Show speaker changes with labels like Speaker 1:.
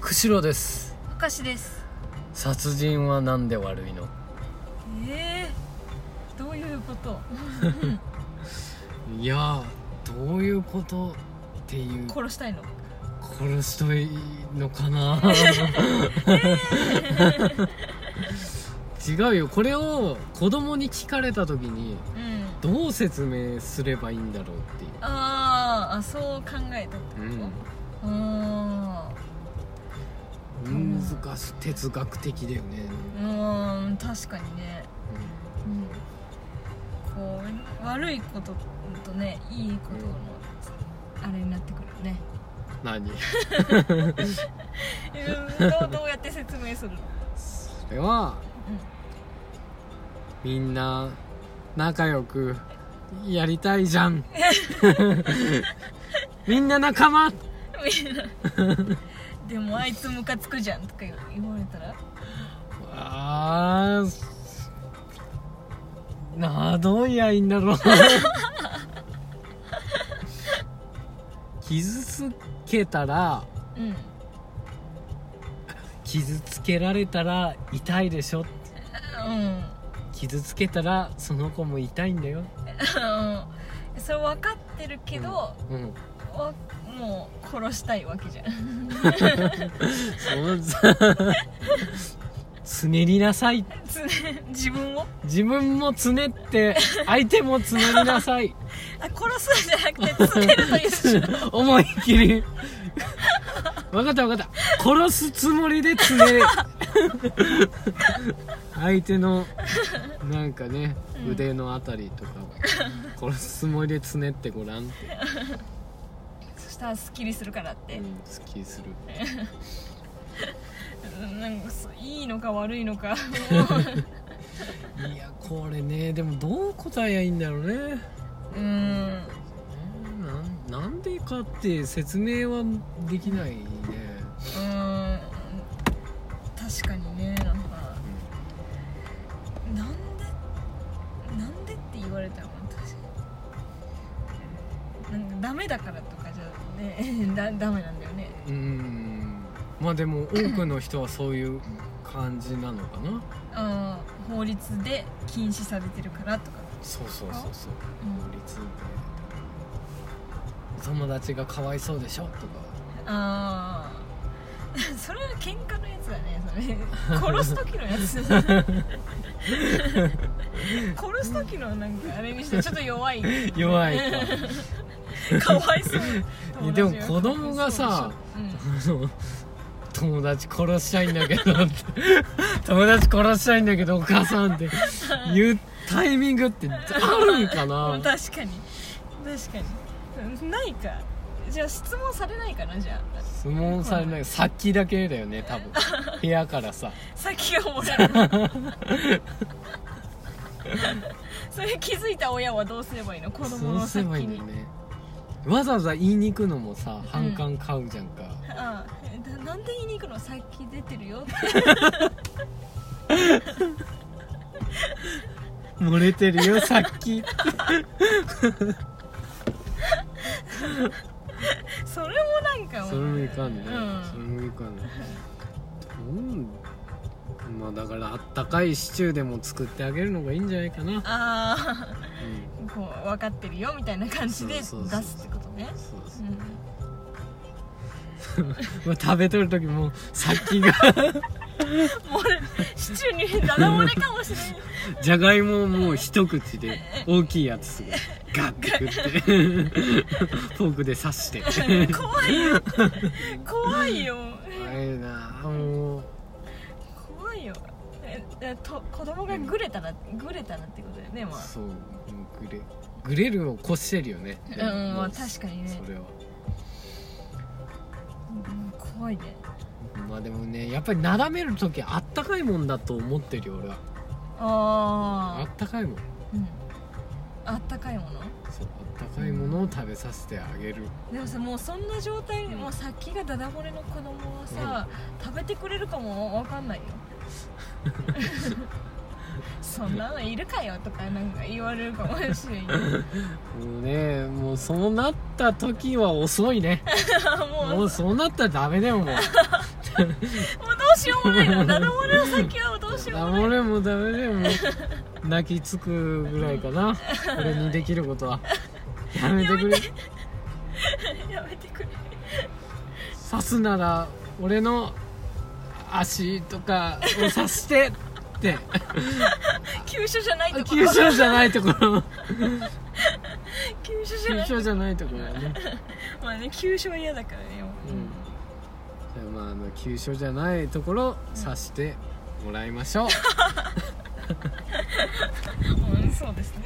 Speaker 1: 釧路です
Speaker 2: 明石です
Speaker 1: 殺人はなんで悪いの
Speaker 2: えー、どういうこと
Speaker 1: いやーどういうことっていう
Speaker 2: 殺したいの
Speaker 1: 殺しといのかな違うよこれを子供に聞かれた時に
Speaker 2: うん
Speaker 1: どう説明すればいいんだろうっていう
Speaker 2: あーあそう考えたってことうん
Speaker 1: うん難しい哲学的だよね、
Speaker 2: うん確かにね、うん、こう悪いこととねいいことのあれになってくるね
Speaker 1: 何
Speaker 2: うんどうどうやって説明するの
Speaker 1: それはみんな仲良くやりたいじゃ んみんな仲間
Speaker 2: みんなでもあいつムカつくじゃんとか言われたら
Speaker 1: あーなあどういやいいんだ ろう傷つけたら
Speaker 2: うん
Speaker 1: 傷つけられたら痛いでしょ
Speaker 2: うん
Speaker 1: 傷つけたらその子も痛いんだよ
Speaker 2: あのそれ分かってるけど、
Speaker 1: うん
Speaker 2: わもう殺したいわけじゃん
Speaker 1: そうつねりなさい
Speaker 2: 常に自分を
Speaker 1: 自分もつねって相手もつねりなさい
Speaker 2: あ殺すんじゃなくてつねるという手段
Speaker 1: 思いっきり分かった分かった殺すつもりでつねれ相手のなんかね
Speaker 2: うん
Speaker 1: 腕のあたりとかを殺すつもりでつねってごらんって、
Speaker 2: そしたらすっきりするからって、
Speaker 1: うん、好きする
Speaker 2: うんなんかそういいのか悪いのか
Speaker 1: いやこれねでもどう答えやいいんだろうね
Speaker 2: うん
Speaker 1: なんなんでかって説明はできないね
Speaker 2: うん確かにねなんかなんでなんでって言われたもん確かになんかダメだからとかじゃね だダメなんだよね
Speaker 1: うんまあでも多くの人はそういう感じなのかな
Speaker 2: あー法律で禁止されてるからとか
Speaker 1: そうそうそうそう
Speaker 2: うん
Speaker 1: 法律でお友達がかわいそうでしょとか
Speaker 2: ああ それは喧嘩のやつだねそれ殺す時の やつ殺す時のなんかあれにしてちょっと弱い
Speaker 1: 弱いか
Speaker 2: かわいそう
Speaker 1: いやでも子供がさあの友達殺したいんだけどって友達殺したいんだけどお母さんって言うタイミングってあるんか
Speaker 2: そ
Speaker 1: な
Speaker 2: うでしょうん確かに確かにないかじゃあ質問されないかなじゃあ
Speaker 1: 質問されないさっきだけだよね多分部屋からさ
Speaker 2: 先がもらえ るそれ気づいた親はどうすればいいの子供
Speaker 1: そう
Speaker 2: の
Speaker 1: すればいい
Speaker 2: 先
Speaker 1: んだ
Speaker 2: に
Speaker 1: よねわざわざ言いに行くのもさ反感買うじゃんか、
Speaker 2: ああななんで言いに行くのさっき出てるよって
Speaker 1: 漏れてるよさっき
Speaker 2: それもなんかもう
Speaker 1: それもいかんね、
Speaker 2: うん
Speaker 1: それもいかんねうんまあだからあったかいシチューでも作ってあげるのがいいんじゃないかな、うん、
Speaker 2: ああこう分かってるよみたいな感じで出す
Speaker 1: そうそうそう
Speaker 2: ってことね
Speaker 1: そう
Speaker 2: う
Speaker 1: そ
Speaker 2: ん
Speaker 1: うまあ食べとる時もさっ きが
Speaker 2: もうシチューにダダ漏れかもしれない
Speaker 1: じゃがいもをもう一口で大きいやつすぐガッて食 ってフォークで刺して
Speaker 2: 怖いよ怖いよ
Speaker 1: 怖いなあもう
Speaker 2: 怖いよええと子供がグレたらグレたらってことだよねまあ
Speaker 1: そうもうグレグレるを越してるよね
Speaker 2: うん
Speaker 1: でもも
Speaker 2: まあ確かにね
Speaker 1: それは
Speaker 2: うん怖いね
Speaker 1: まあでもねやっぱりなだめる時あったかいもんだと思ってるよ俺はあ
Speaker 2: あ
Speaker 1: ったかいもん
Speaker 2: あうんあったかいもの
Speaker 1: そうあったかいものを食べさせてあげる
Speaker 2: でもさもうそんな状態でもうさっきがダダ漏れの子供はさ、食べてくれるかもわかんな いよそんなのいるかよとかなんか言われるかもしれんよ
Speaker 1: もうねもうそうなった時は遅いね
Speaker 2: も
Speaker 1: も
Speaker 2: う
Speaker 1: うそうなったらダメだよもう
Speaker 2: もうどうしようもないなダダ漏れの先はもうどうしよう
Speaker 1: ダ
Speaker 2: も
Speaker 1: メ
Speaker 2: ない
Speaker 1: でもダメでも泣きつくぐらいか な俺にできることはやめてくれ
Speaker 2: やめてくれ
Speaker 1: 刺すなら俺の足とかを刺して って
Speaker 2: 急所じゃないとこ
Speaker 1: 急
Speaker 2: ろ
Speaker 1: 所じゃないとこ ろ
Speaker 2: 急所じゃ
Speaker 1: 急
Speaker 2: ない
Speaker 1: 所じゃないところだね
Speaker 2: まあね急所は嫌だからね
Speaker 1: うんじゃあまああの急所じゃないところ刺してもらいましょう
Speaker 2: うんそうですね